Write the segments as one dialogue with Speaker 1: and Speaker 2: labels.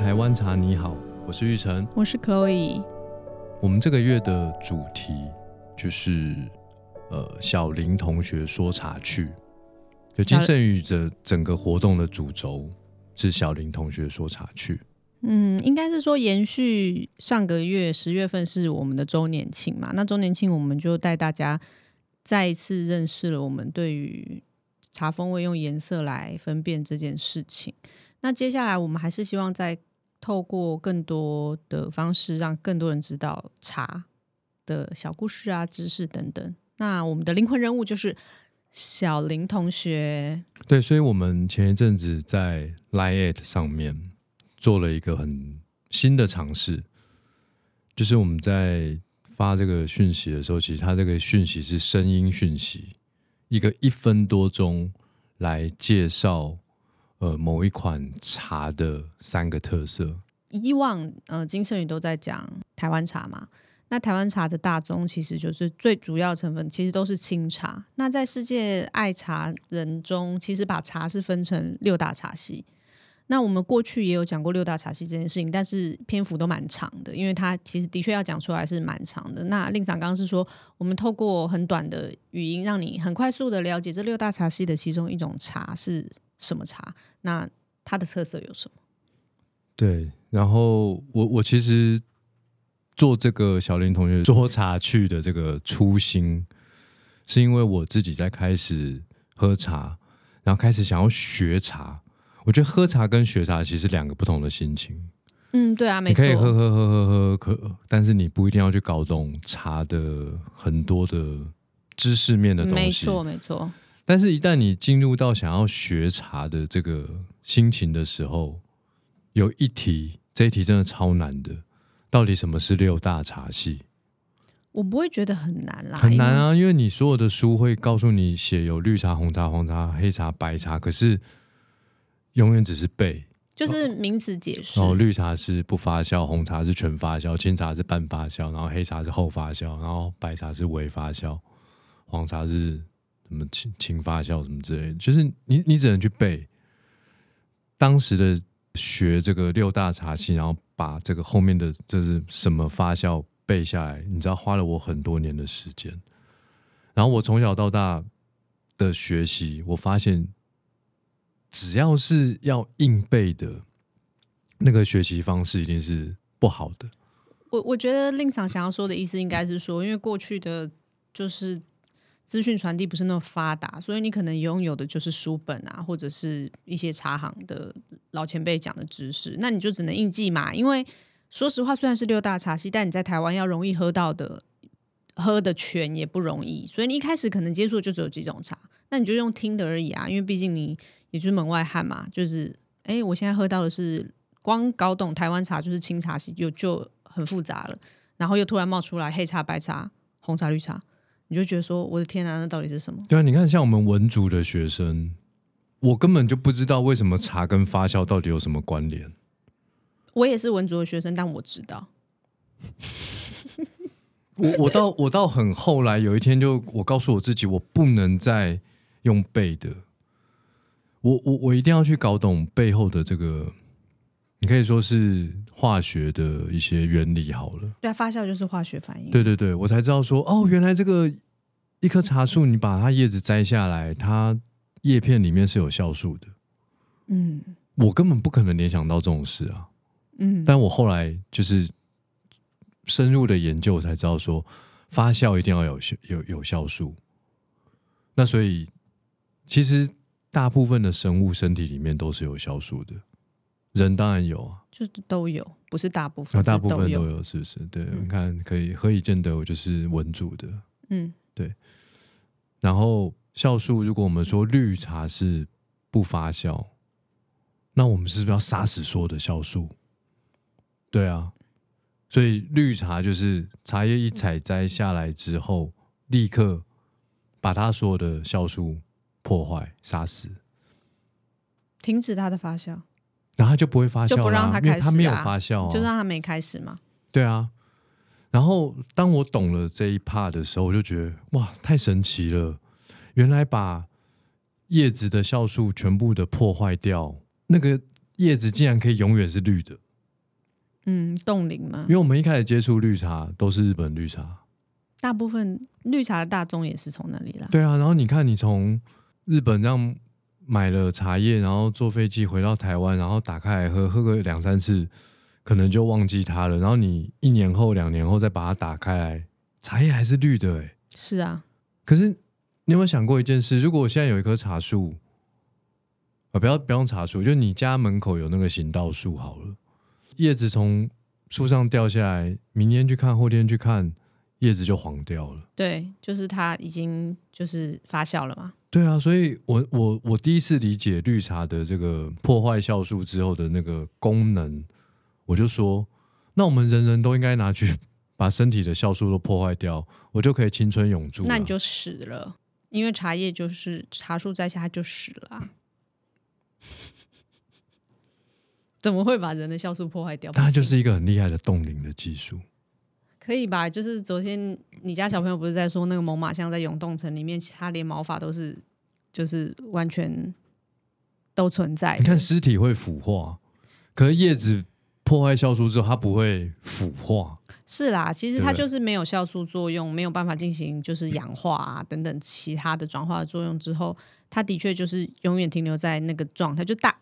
Speaker 1: 台湾茶你好，我是玉成。
Speaker 2: 我是 Chloe，
Speaker 1: 我们这个月的主题就是呃小林同学说茶趣，就金圣宇的整个活动的主轴是小林同学说茶趣。
Speaker 2: 嗯，应该是说延续上个月十月份是我们的周年庆嘛，那周年庆我们就带大家再一次认识了我们对于茶风味用颜色来分辨这件事情。那接下来我们还是希望再透过更多的方式，让更多人知道茶的小故事啊、知识等等。那我们的灵魂人物就是小林同学，
Speaker 1: 对，所以我们前一阵子在 Line at 上面做了一个很新的尝试，就是我们在发这个讯息的时候，其实它这个讯息是声音讯息，一个一分多钟来介绍呃某一款茶的三个特色。
Speaker 2: 以往呃金圣宇都在讲台湾茶嘛，那台湾茶的大宗其实就是最主要成分其实都是清茶。那在世界爱茶人中，其实把茶是分成六大茶系。那我们过去也有讲过六大茶系这件事情，但是篇幅都蛮长的，因为它其实的确要讲出来是蛮长的。那令长刚刚是说，我们透过很短的语音，让你很快速的了解这六大茶系的其中一种茶是什么茶，那它的特色有什么？
Speaker 1: 对，然后我我其实做这个小林同学做茶去的这个初心，是因为我自己在开始喝茶，然后开始想要学茶。我觉得喝茶跟学茶其实是两个不同的心情。
Speaker 2: 嗯，对啊，没
Speaker 1: 你
Speaker 2: 错。
Speaker 1: 可以喝喝喝喝喝，可但是你不一定要去搞懂茶的很多的知识面的东西。
Speaker 2: 没错，没错。
Speaker 1: 但是，一旦你进入到想要学茶的这个心情的时候，有一题，这一题真的超难的。到底什么是六大茶系？
Speaker 2: 我不会觉得很难啦，
Speaker 1: 很难啊，因为你所有的书会告诉你写有绿茶、红茶、黄茶、黑茶、白茶，可是永远只是背。
Speaker 2: 因为，就是名词解释。
Speaker 1: 然后哦绿茶是不发酵，红茶是全发酵，清茶是半发酵，然后黑茶是后发酵，然后白茶是微发酵，黄茶是什么轻轻发酵什么之类的，就是你你只能去背当时的学这个六大茶系，然后把这个后面的这是什么发酵背下来，你知道花了我很多年的时间。然后我从小到大的学习，我发现只要是要硬背的，那个学习方式一定是不好的。
Speaker 2: 我我觉得令赏想要说的意思应该是说，因为过去的就是资讯传递不是那么发达，所以你可能拥有的就是书本啊，或者是一些茶行的老前辈讲的知识，那你就只能硬记嘛。因为说实话，虽然是六大茶系，但你在台湾要容易喝到的。喝的全也不容易，所以你一开始可能接触的就只有几种茶，那你就用听的而已啊，因为毕竟你也就是门外汉嘛，就是哎、诶我现在喝到的是光搞懂台湾茶就是清茶系就就很复杂了，然后又突然冒出来黑茶、白茶、红茶、绿茶，你就觉得说我的天啊，那到底是什么？
Speaker 1: 对啊，你看像我们文组的学生，我根本就不知道为什么茶跟发酵到底有什么关联。
Speaker 2: 我也是文组的学生，但我知道，
Speaker 1: 我我到我到很后来有一天就我告诉我自己，我不能再用背的，我我我一定要去搞懂背后的这个，你可以说是化学的一些原理好了。
Speaker 2: 对啊，发酵就是化学反应，
Speaker 1: 对对对，我才知道说哦，原来这个一棵茶树，你把它叶子摘下来，它叶片里面是有酵素的。
Speaker 2: 嗯
Speaker 1: 我根本不可能联想到这种事啊。
Speaker 2: 嗯，
Speaker 1: 但我后来就是深入的研究，我才知道说发酵一定要有酵有有酵素。那所以其实大部分的生物身体里面都是有酵素的，人当然有啊，
Speaker 2: 就是都有，不是大部分，
Speaker 1: 那大
Speaker 2: 是
Speaker 1: 部分都
Speaker 2: 哦有，
Speaker 1: 有，是不是？对，
Speaker 2: 嗯
Speaker 1: 你看可以何以见得我就是文主的。
Speaker 2: 嗯
Speaker 1: 然后酵素，如果我们说绿茶是不发酵，那我们是不是要杀死所有的酵素？对啊，所以绿茶就是茶叶一采摘下来之后，立刻把它所有的酵素破坏杀死，
Speaker 2: 停止它的发酵，
Speaker 1: 然后它就不会发酵啦、
Speaker 2: 就不让它
Speaker 1: 因为
Speaker 2: 开
Speaker 1: 它
Speaker 2: 始
Speaker 1: 没有
Speaker 2: 啊
Speaker 1: 发酵、啊，
Speaker 2: 就让它没开始嘛。
Speaker 1: 对啊，然后当我懂了这一 part 的时候，我就觉得哇，太神奇了！原来把叶子的酵素全部的破坏掉，那个叶子竟然可以永远是绿的，
Speaker 2: 嗯，冻龄嘛
Speaker 1: 因，为我们一开始接触绿茶都是日本绿茶，
Speaker 2: 大部分绿茶的大宗也是从那里啦。
Speaker 1: 对啊。然后你看，你从日本这样买了茶叶，然后坐飞机回到台湾，然后打开来喝，喝个两三次，可能就忘记它了。然后你一年后、两年后再把它打开来，茶叶还是绿的哎、
Speaker 2: 是啊，
Speaker 1: 可是你有没有想过一件事？如果我现在有一棵茶树，啊，不要不用茶树，就你家门口有那个行道树好了，叶子从树上掉下来，明天去看，后天去看，叶子就黄掉了。
Speaker 2: 对，就是它已经就是发酵了嘛。
Speaker 1: 对啊，所以我我我第一次理解绿茶的这个破坏酵素之后的那个功能，我就说，那我们人人都应该拿去把身体的酵素都破坏掉，我就可以青春永驻了。
Speaker 2: 那你就死了，因为茶叶就是茶树摘下它就死了啊、 怎么会把人的酵素破坏掉？
Speaker 1: 它就
Speaker 2: 不行
Speaker 1: 是一个很厉害的冻龄的技术。
Speaker 2: 可以吧？就是昨天你家小朋友不是在说那个猛犸象在永冻城里面，它连毛发都是就是完全都存在的。
Speaker 1: 你看尸体会腐化，可是叶子破坏酵素之后，它不会腐化。
Speaker 2: 是啦，其实
Speaker 1: 对不
Speaker 2: 它
Speaker 1: 对
Speaker 2: 就是没有酵素作用，没有办法进行就是氧化啊等等其他的转化的作用之后，它的确就是永远停留在那个状态，就大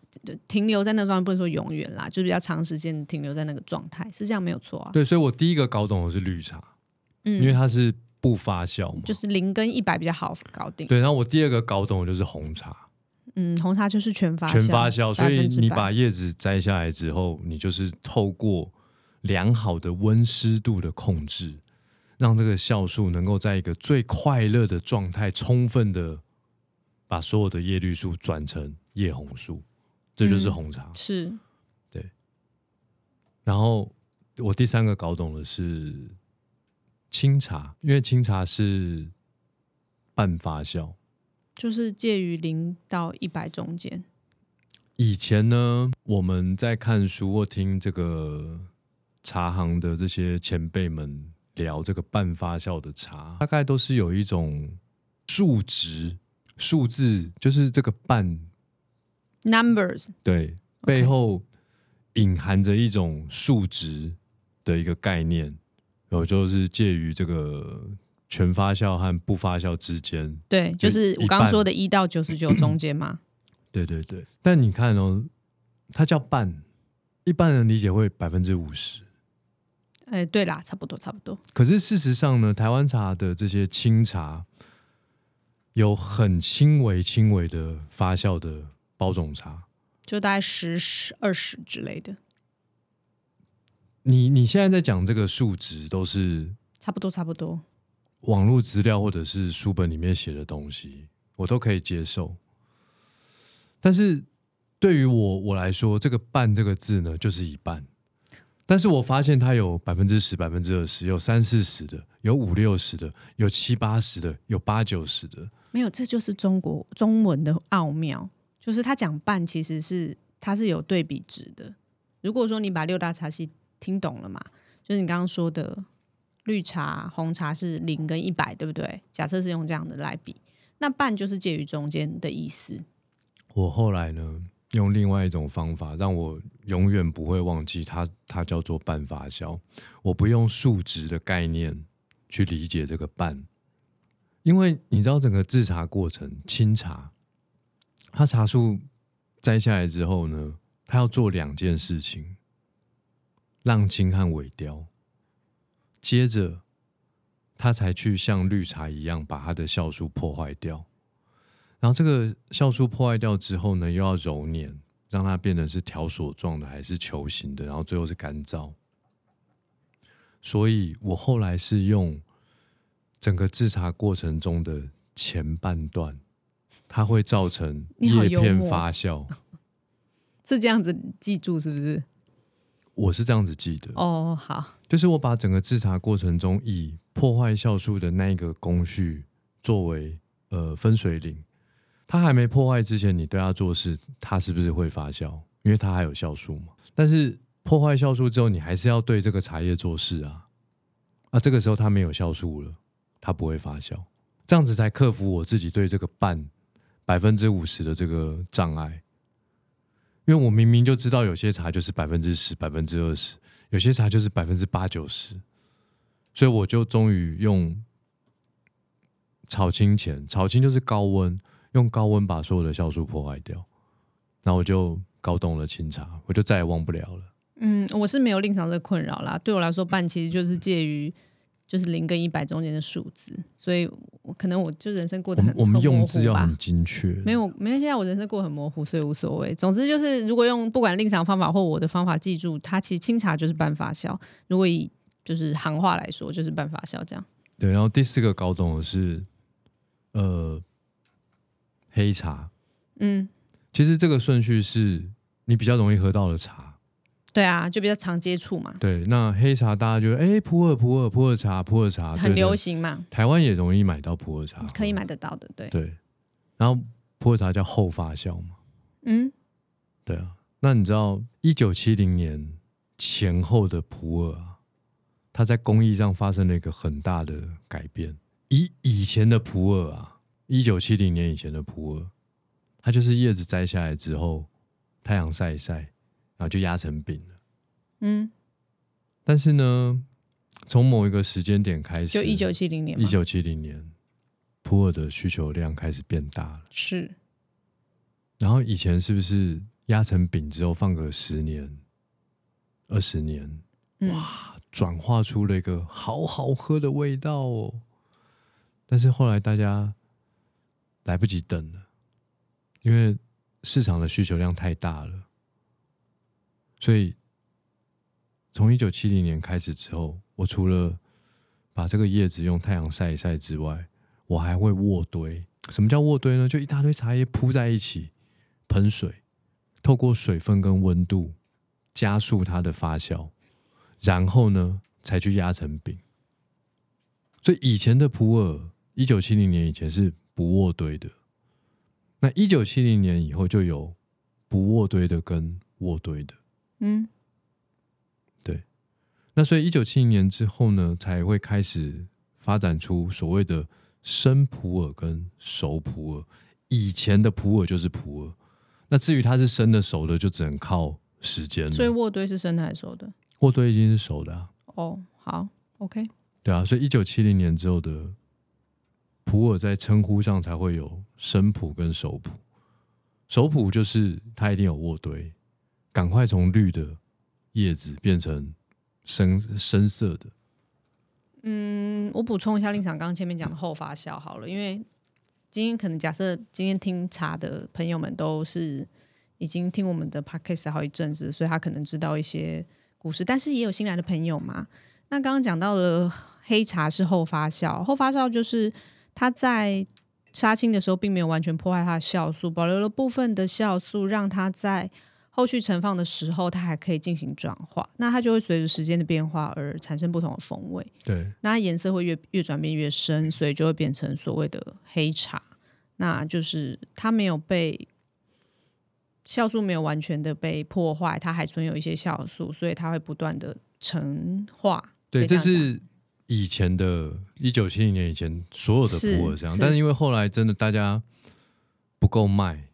Speaker 2: 停留在那个状态，不能说永远啦，就是比较长时间停留在那个状态，是这样没有错啊。
Speaker 1: 对，所以我第一个搞懂的是绿茶，因为
Speaker 2: 嗯，
Speaker 1: 它是不发酵嘛。
Speaker 2: 就是零跟一百比较好搞定。
Speaker 1: 对，然后我第二个搞懂的就是红茶，
Speaker 2: 嗯，红茶就是全发
Speaker 1: 全发酵，所以你
Speaker 2: 百分之百
Speaker 1: 把叶子摘下来之后，你就是透过良好的温湿度的控制，让这个酵素能够在一个最快乐的状态，充分的把所有的叶绿素转成叶红素，这就是
Speaker 2: 嗯
Speaker 1: 红茶。
Speaker 2: 是
Speaker 1: 然后我第三个搞懂的是清茶，因为清茶是半发酵。
Speaker 2: 就是介于零到一百中间。
Speaker 1: 以前呢，我们在看书或听这个茶行的这些前辈们聊这个半发酵的茶，大概都是有一种数值、数字，就是这个半
Speaker 2: Numbers
Speaker 1: 对背后隐含着一种数值的一个概念，然后就是介于这个全发酵和不发酵之间。
Speaker 2: 对，
Speaker 1: 就
Speaker 2: 就是
Speaker 1: 一
Speaker 2: 我刚刚
Speaker 1: 半
Speaker 2: 说的一到九十九中间嘛。
Speaker 1: 对对对，但你看哦，它叫半，一般人理解会百分之五十，
Speaker 2: 哎，对啦，差不多，差不多。
Speaker 1: 可是事实上呢，台湾茶的这些清茶有很轻微轻微的发酵的包种茶。
Speaker 2: 就大概十、十二十之类的，
Speaker 1: 你你现在在讲这个数值都是
Speaker 2: 差不多差不多。
Speaker 1: 网络资料或者是书本里面写的东西，我都可以接受。但是对于我我来说，这个“半”这个字呢，就是一半。但是我发现它有百分之十、百分之二十，有三四十的，有五六十的，有七八十的，有八九十的。
Speaker 2: 没有，这就是中国中文的奥妙，就是他讲半其实是它是有对比值的。如果说你把六大茶系听懂了嘛，就是你刚刚说的绿茶、红茶是零跟一百，对不对？假设是用这样的来比，那半就是介于中间的意思。
Speaker 1: 我后来呢，用另外一种方法，让我永远不会忘记它，它叫做半发酵。我不用数值的概念去理解这个半，因为你知道整个制茶过程，清茶，它茶树摘下来之后呢，它要做两件事情：浪青和萎凋。接着，它才去像绿茶一样把它的酵素破坏掉。然后这个酵素破坏掉之后呢，又要揉捻，让它变成是条索状的还是球形的，然后最后是干燥。所以我后来是用整个制茶过程中的前半段，它会造成
Speaker 2: 你好
Speaker 1: 叶
Speaker 2: 幽
Speaker 1: 片
Speaker 2: 默
Speaker 1: 发 酵。
Speaker 2: 是这样子记住是不是？
Speaker 1: 我是这样子记得，
Speaker 2: 哦，好，
Speaker 1: 就是我把整个制茶过程中以破坏酵素的那一个工序作为呃分水岭，它还没破坏之前，你对它做事，它是不是会发酵？因为它还有酵素嘛。但是破坏酵素之后，你还是要对这个茶叶做事啊啊！这个时候它没有酵素了，它不会发酵，这样子才克服我自己对这个半百分之五十的这个障碍。因为我明明就知道有些茶就是百分之十、百分之二十，有些茶就是百分之八九十，所以我就终于用炒青前，炒青就是高温，用高温把所有的酵素破坏掉，然后我就搞懂了清茶，我就再也忘不了了。
Speaker 2: 嗯，我是没有令赏这个困扰啦。对我来说，半其实
Speaker 1: 嗯
Speaker 2: 就是介于就是零跟一百中间的数字，所以我可能我就人生过
Speaker 1: 我
Speaker 2: 得很
Speaker 1: 们我们
Speaker 2: 很模糊
Speaker 1: 用字要
Speaker 2: 吧
Speaker 1: 很精确，
Speaker 2: 没有，没有。现在我人生过得很模糊，所以无所谓。总之就是，如果用不管令赏方法或我的方法记住，它其实清茶就是半发酵。如果以就是行话来说，就是半发酵这样。
Speaker 1: 对，然后第四个搞懂的是，呃，黑茶。
Speaker 2: 嗯，
Speaker 1: 其实这个顺序是你比较容易喝到的茶。
Speaker 2: 对啊，就比较常接触嘛，
Speaker 1: 对，那黑茶大家觉得，哎，普洱普洱普洱茶普洱茶
Speaker 2: 很流，
Speaker 1: 啊对
Speaker 2: 行嘛
Speaker 1: 对，台湾也容易买到普洱茶，
Speaker 2: 可以。买得到的。对，
Speaker 1: 对，然后普洱茶叫后发酵嘛，
Speaker 2: 嗯，
Speaker 1: 对啊。那你知道一九七零年前后的普洱啊，它在工艺上发生了一个很大的改变。以以前的普洱啊，一九七零年以前的普洱，它就是叶子摘下来之后，太阳晒一晒，然后就压成饼了。
Speaker 2: 嗯，
Speaker 1: 但是呢，从某一个时间点开始，
Speaker 2: 就一九七零年嘛，
Speaker 1: 一九七零年，普洱的需求量开始变大了。
Speaker 2: 是
Speaker 1: 然后以前是不是压成饼之后放个十年、二十年，
Speaker 2: 嗯
Speaker 1: 哇，转化出了一个好好喝的味道哦。但是后来大家来不及等了，因为市场的需求量太大了，所以从一九七零年开始之后，我除了把这个叶子用太阳晒一晒之外，我还会卧堆。什么叫卧堆呢？就一大堆茶叶铺在一起，盆水透过水分跟温度加速它的发酵，然后呢才去压成饼。所以以前的普洱，一九七零年以前是不卧堆的，那一九七零年以后就有不卧堆的跟卧堆的。
Speaker 2: 嗯
Speaker 1: 那所以一九七零年之后呢，才会开始发展出所谓的生普洱跟熟普洱。以前的普洱就是普洱，那至于它是生的熟的，就只能靠时间
Speaker 2: 所以
Speaker 1: 了。
Speaker 2: 卧堆是生态说的
Speaker 1: 沃堆已经是熟的、啊，
Speaker 2: 哦。好，OK，
Speaker 1: 对啊，所以一九七零年之后的普洱在称呼上才会有生普跟熟普。熟普就是它一定有卧堆，赶快从绿的叶子变成深深色的。
Speaker 2: 嗯，我补充一下令赏刚刚前面讲的后发酵好了，因为今天可能假设今天听茶的朋友们都是已经听我们的 podcast 好一阵子，所以他可能知道一些故事，但是也有新来的朋友嘛。那刚刚讲到了黑茶是后发酵，后发酵就是它在杀青的时候并没有完全破坏它的酵素，保留了部分的酵素，让它在后续盛放的时候，它还可以进行转化，那它就会随着时间的变化而产生不同的风味。
Speaker 1: 对，
Speaker 2: 那它颜色会越越转变越深，所以就会变成所谓的黑茶。那就是它没有被酵素没有完全的被破坏，它还存有一些酵素，所以它会不断的陈化。
Speaker 1: 对，
Speaker 2: 可以这
Speaker 1: 这
Speaker 2: 样讲
Speaker 1: 是以前的，一九七零年以前所有的
Speaker 2: 是
Speaker 1: 普洱这样，
Speaker 2: 是
Speaker 1: 但是因为后来真的大家不够卖，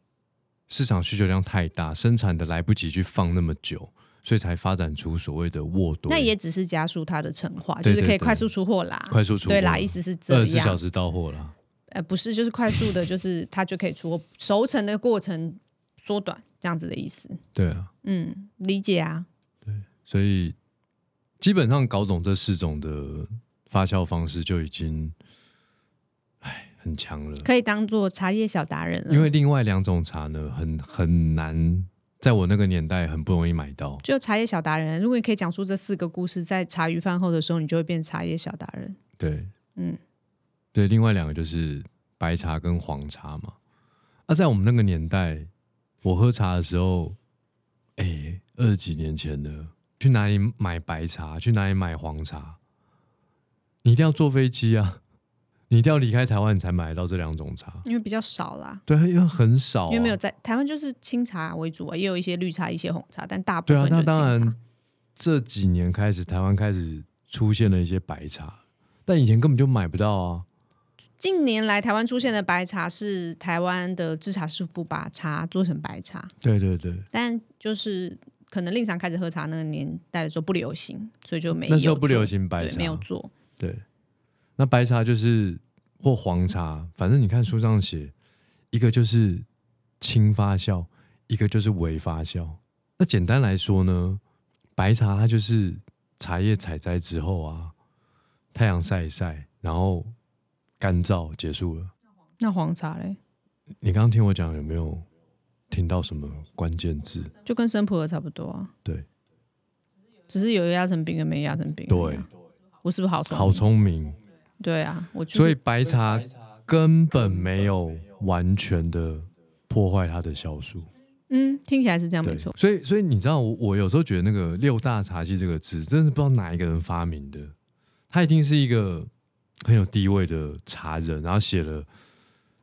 Speaker 1: 市场需求量太大，生产的来不及去放那么久，所以才发展出所谓的卧堆，
Speaker 2: 那也只是加速它的陈化，
Speaker 1: 对
Speaker 2: 就是可
Speaker 1: 对对
Speaker 2: 以快速出货啦。
Speaker 1: 快速出货
Speaker 2: 对啦，意思是这
Speaker 1: 二
Speaker 2: 样。
Speaker 1: 十四小时到货啦。
Speaker 2: 呃，不是，就是快速的，就是它就可以出货，熟成的过程缩短，这样子的意思。
Speaker 1: 对啊，
Speaker 2: 嗯，理解啊。
Speaker 1: 所以基本上搞懂这四种的发酵方式就已经，哎，很强了。
Speaker 2: 可以当做茶叶小达人了，
Speaker 1: 因为另外两种茶呢，很很难，在我那个年代很不容易买到。
Speaker 2: 就茶叶小达人，如果你可以讲出这四个故事，在茶余饭后的时候，你就会变茶叶小达人。
Speaker 1: 对，
Speaker 2: 嗯，
Speaker 1: 对，另外两个就是白茶跟黄茶嘛。啊，在我们那个年代，我喝茶的时候，哎，二十几年前的，去哪里买白茶，去哪里买黄茶，你一定要坐飞机啊，你一定要离开台湾，你才买得到这两种茶。
Speaker 2: 因为比较少啦，
Speaker 1: 对，因为很少、啊，
Speaker 2: 因为没有在台湾就是清茶为主啊，也有一些绿茶、一些红茶，但大部
Speaker 1: 对
Speaker 2: 分
Speaker 1: 啊，
Speaker 2: 就
Speaker 1: 那
Speaker 2: 是清
Speaker 1: 当
Speaker 2: 茶
Speaker 1: 然。，这几年开始，台湾开始出现了一些白茶，但以前根本就买不到啊。
Speaker 2: 近年来台湾出现的白茶是台湾的制茶师傅把茶做成白茶，
Speaker 1: 对对对，
Speaker 2: 但就是可能令常开始喝茶那个年代的时候不流行，所以就没有
Speaker 1: 那时候不流
Speaker 2: 做
Speaker 1: 行白
Speaker 2: 对
Speaker 1: 茶，
Speaker 2: 没有做。
Speaker 1: 对，那白茶就是或黄茶，反正你看书上写，一个就是轻发酵，一个就是微发酵。那简单来说呢，白茶它就是茶叶采摘之后啊，太阳晒一晒，然后干燥结束了。
Speaker 2: 那黄茶嘞，
Speaker 1: 你刚刚听我讲有没有听到什么关键字？
Speaker 2: 就跟生普洱差不多啊，
Speaker 1: 对
Speaker 2: 只是有压成饼跟没压成饼。啊
Speaker 1: 对，，
Speaker 2: 我是不是好聪
Speaker 1: 好
Speaker 2: 明？
Speaker 1: 聪明。
Speaker 2: 对啊，我就是
Speaker 1: 所以白茶根本没有完全的破坏它的酵素。
Speaker 2: 嗯，听起来是这样没
Speaker 1: 对
Speaker 2: 错，。
Speaker 1: 所以所以你知道我，我有时候觉得那个“六大茶系”这个字，真的是不知道哪一个人发明的。他一定是一个很有地位的茶人，然后写了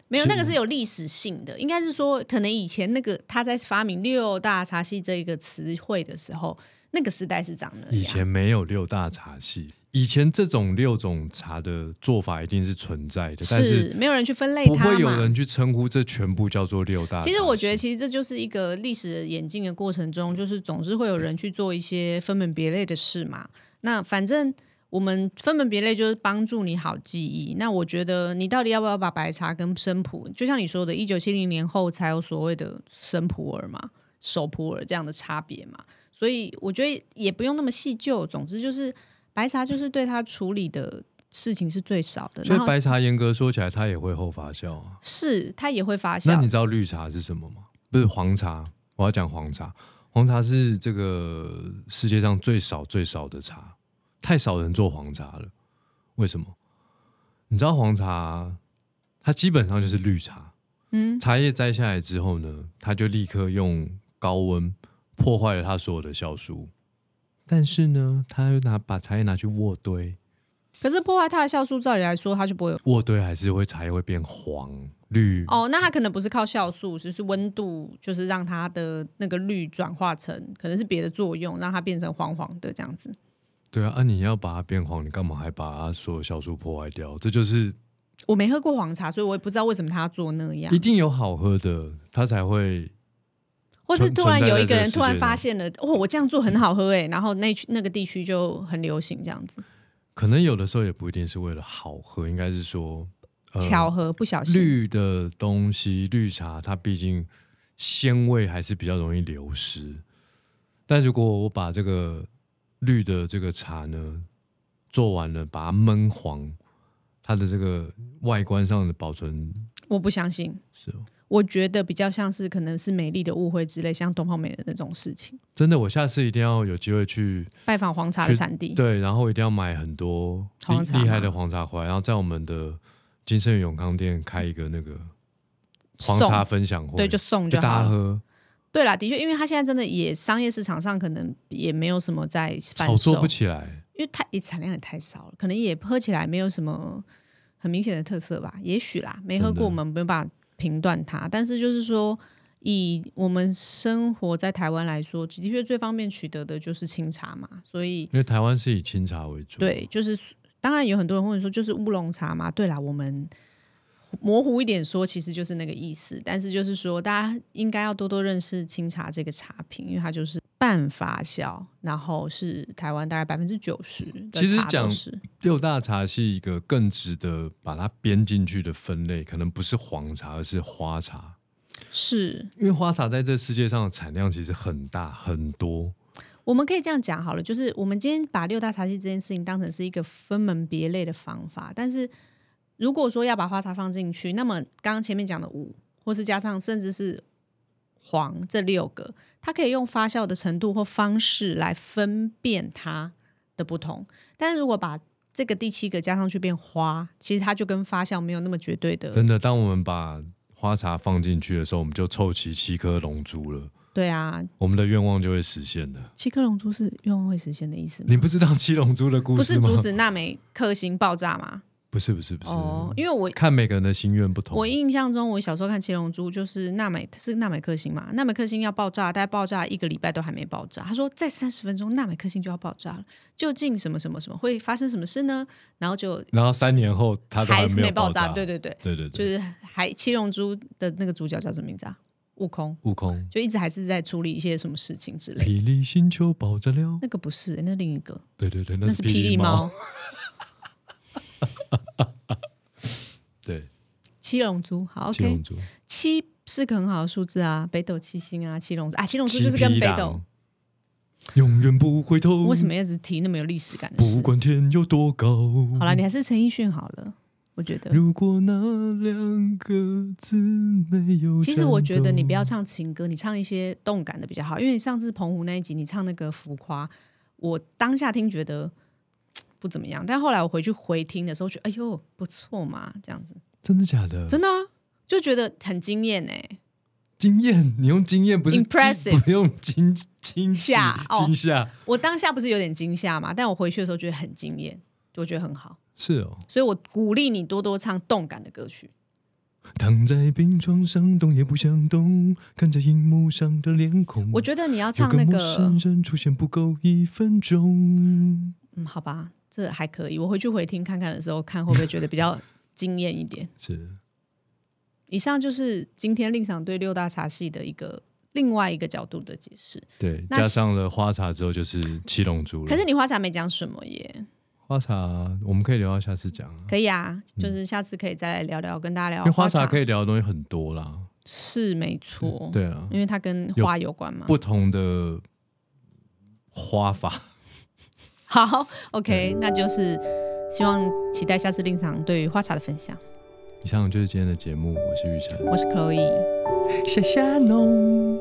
Speaker 2: 没有
Speaker 1: 是
Speaker 2: 那个是有历史性的，应该是说，可能以前那个他在发明“六大茶系”这一个词汇的时候，那个时代是长的。
Speaker 1: 以前没有六大茶系，以前这种六种茶的做法一定是存在的，但是
Speaker 2: 是没有人去分类
Speaker 1: 不
Speaker 2: 它
Speaker 1: 会有
Speaker 2: 嘛。
Speaker 1: 人去称呼这全部叫做六大茶系。
Speaker 2: 其实我觉得，其实这就是一个历史的演进的过程中，就是总是会有人去做一些分门别类的事嘛。那反正我们分门别类就是帮助你好记忆。那我觉得你到底要不要把白茶跟生普，就像你说的，一九七零年后才有所谓的生普洱嘛、熟普洱这样的差别嘛。所以我觉得也不用那么细究。总之就是白茶就是对它处理的事情是最少的，
Speaker 1: 所
Speaker 2: 然
Speaker 1: 以
Speaker 2: 后
Speaker 1: 白茶严格说起来，它也会后发酵啊。
Speaker 2: 是它也会发
Speaker 1: 那
Speaker 2: 酵
Speaker 1: 你。知道绿茶是什么吗？不是黄茶，我要讲黄茶。黄茶是这个世界上最少最少的茶，太少人做黄茶了。为什么？你知道黄茶，它基本上就是绿茶。
Speaker 2: 嗯，
Speaker 1: 茶叶摘下来之后呢，它就立刻用高温破坏了它所有的酵素。但是呢，它又拿把茶叶拿去渥堆，
Speaker 2: 可是破坏它的酵素，照理来说它就不会有
Speaker 1: 渥堆还是会茶叶会变黄绿
Speaker 2: 哦，那它可能不是靠酵素，就是温度，就是让它的那个氯转化成，可能是别的作用，让它变成黄黄的这样子。
Speaker 1: 对啊，啊，你要把它变黄，你干嘛还把它所有酵素破坏掉？这就是
Speaker 2: 我没喝过黄茶，所以我也不知道为什么它要做那样
Speaker 1: 一，定有好喝的，它才会
Speaker 2: 或是
Speaker 1: 存
Speaker 2: 突然
Speaker 1: 存在
Speaker 2: 有
Speaker 1: 在这
Speaker 2: 一个
Speaker 1: 个
Speaker 2: 人
Speaker 1: 世
Speaker 2: 突然
Speaker 1: 界
Speaker 2: 发
Speaker 1: 上
Speaker 2: 现了，哦，我这样做很好喝哎，然后那区那个地区就很流行这样子，
Speaker 1: 可能有的时候也不一定是为了好喝，应该是说、呃
Speaker 2: 巧合不小心。
Speaker 1: 绿的东西，绿茶它毕竟鲜味还是比较容易流失。但如果我把这个绿的这个茶呢做完了，把它焖黄，它的这个外观上的保存
Speaker 2: 我不相信，
Speaker 1: 是哦
Speaker 2: 我觉得比较像是可能是美丽的误会之类，像东方美人那种事情。
Speaker 1: 真的，我下次一定要有机会去
Speaker 2: 拜访黄茶的
Speaker 1: 去
Speaker 2: 产地，
Speaker 1: 对，然后一定要买很多厉
Speaker 2: 黄茶
Speaker 1: 厉害
Speaker 2: 嘛
Speaker 1: 的黄茶回来，然后在我们的金盛宇永康店开一个那个黄
Speaker 2: 送
Speaker 1: 茶分享会，
Speaker 2: 对就送
Speaker 1: 就
Speaker 2: 就好
Speaker 1: 大
Speaker 2: 了
Speaker 1: 家。喝，
Speaker 2: 对啦，的确，因为它现在真的也商业市场上可能也没有什么在
Speaker 1: 炒
Speaker 2: 贩售
Speaker 1: 作，不起来。
Speaker 2: 因为太也产量也太少了，可能也喝起来没有什么很明显的特色吧。也许啦，没喝
Speaker 1: 真
Speaker 2: 过
Speaker 1: 的
Speaker 2: 我们没有办法评断它，但是就是说，以我们生活在台湾来说，的确最方便取得的就是清茶嘛，所以
Speaker 1: 因为台湾是以清茶为主，
Speaker 2: 对，就是当然有很多人会说就是乌龙茶嘛，对啦，我们模糊一点说，其实就是那个意思。但是就是说，大家应该要多多认识清茶这个茶品，因为它就是半发酵，然后是台湾大概百分之九十的
Speaker 1: 其实
Speaker 2: 茶都
Speaker 1: 讲
Speaker 2: 是
Speaker 1: 六大茶系一个更值得把它编进去的分类，可能不是黄茶，而是花茶。
Speaker 2: 是，
Speaker 1: 因为花茶在这世界上的产量其实很大很多，
Speaker 2: 我们可以这样讲好了，就是我们今天把六大茶系这件事情当成是一个分门别类的方法，但是如果说要把花茶放进去，那么刚刚前面讲的五，或是加上甚至是黄这六个，它可以用发酵的程度或方式来分辨它的不同。但是如果把这个第七个加上去变花，其实它就跟发酵没有那么绝对的
Speaker 1: 真的。当我们把花茶放进去的时候，我们就凑齐七颗龙珠了，
Speaker 2: 对啊，
Speaker 1: 我们的愿望就会实现了。
Speaker 2: 七颗龙珠是愿望会实现的意思吗？
Speaker 1: 你不知道七龙珠的故
Speaker 2: 不
Speaker 1: 事
Speaker 2: 是
Speaker 1: 吗？
Speaker 2: 阻止娜美克星爆炸吗？
Speaker 1: 不是不是不啊是，
Speaker 2: 哦，因为我
Speaker 1: 看每个人的心愿不同
Speaker 2: 我。印象中，我小时候看《七龙珠》，就是纳美是纳美克星嘛，纳美克星要爆炸，但爆炸一个礼拜都还没爆炸。他说再三十分钟，纳美克星就要爆炸了，究竟什么什么什么会发生什么事呢？然后就
Speaker 1: 然后三年后他都
Speaker 2: 还是
Speaker 1: 没
Speaker 2: 没
Speaker 1: 有爆
Speaker 2: 炸，对
Speaker 1: 对
Speaker 2: 对对，
Speaker 1: 对对，
Speaker 2: 就是还《七龙珠》的那个主角叫什么名字啊？悟空，
Speaker 1: 悟空，
Speaker 2: 就一直还是在处理一些什么事情之类的。
Speaker 1: 霹雳星球爆炸了，
Speaker 2: 那个不是、欸那另一个，
Speaker 1: 对对对，
Speaker 2: 那
Speaker 1: 是
Speaker 2: 是霹雳
Speaker 1: 猫
Speaker 2: 猫，。
Speaker 1: 对，
Speaker 2: 七龙珠，好
Speaker 1: 七龙
Speaker 2: ，OK，
Speaker 1: 珠，
Speaker 2: 七是个很好的数字啊，北斗七星啊，七龙珠啊，七龙珠
Speaker 1: 七
Speaker 2: 就是跟
Speaker 1: 匹
Speaker 2: 北
Speaker 1: 狼
Speaker 2: 斗。
Speaker 1: 永远不回头。
Speaker 2: 为什么一直提那么有历史感的
Speaker 1: 不
Speaker 2: 事？
Speaker 1: 管天有多高，
Speaker 2: 好了，你还是陈奕迅好了，我觉得。
Speaker 1: 如果那两个字没有，
Speaker 2: 其实我觉得你不要。唱情歌，你唱一些动感的比较好。因为你上次澎湖那一集，你唱那个《浮夸》，我当下听觉得嘖不怎么样，但后来我回去回听的时候，觉得哎呦不错嘛，这样子
Speaker 1: 真的假的？
Speaker 2: 真的、啊、就觉得很惊艳哎、
Speaker 1: 经验，你用经验不是
Speaker 2: Impressive
Speaker 1: 不用惊惊喜
Speaker 2: 吓哦
Speaker 1: 惊吓
Speaker 2: 我当下不是有点惊吓嘛，但我回去的时候觉得很惊艳，我觉得很好，
Speaker 1: 是哦。
Speaker 2: 所以我鼓励你多多唱动感的歌曲。
Speaker 1: 躺在病床上，动也不想动，看着荧幕上的脸孔。
Speaker 2: 我觉得你要
Speaker 1: 有
Speaker 2: 唱那
Speaker 1: 陌
Speaker 2: 个
Speaker 1: 生，人出现不够一分钟。
Speaker 2: 嗯，好吧，这还可以。我回去回听看看的时候，看会不会觉得 比较惊艳一点。
Speaker 1: 是
Speaker 2: 以上就是今天令赏对六大茶系的一个另外一个角度的解释。
Speaker 1: 对，
Speaker 2: 那
Speaker 1: 加上了花茶之后就是七龙珠了。
Speaker 2: 可是你花茶没讲什么耶，
Speaker 1: 嗯花茶我们可以留到下次讲啊，
Speaker 2: 可以啊，就是下次可以再来聊聊，跟大家
Speaker 1: 因
Speaker 2: 聊
Speaker 1: 为花茶可
Speaker 2: 以
Speaker 1: 以聊的东西很多啦。
Speaker 2: 是没错，，
Speaker 1: 对啊，
Speaker 2: 因为它跟花有关嘛。
Speaker 1: 不同的花法。
Speaker 2: 好，OK，那就是希望期待下次令赏对于花茶的分享。
Speaker 1: 以上就是今天的节目，我是玉成，
Speaker 2: 我是 Chloe。
Speaker 1: 下下农。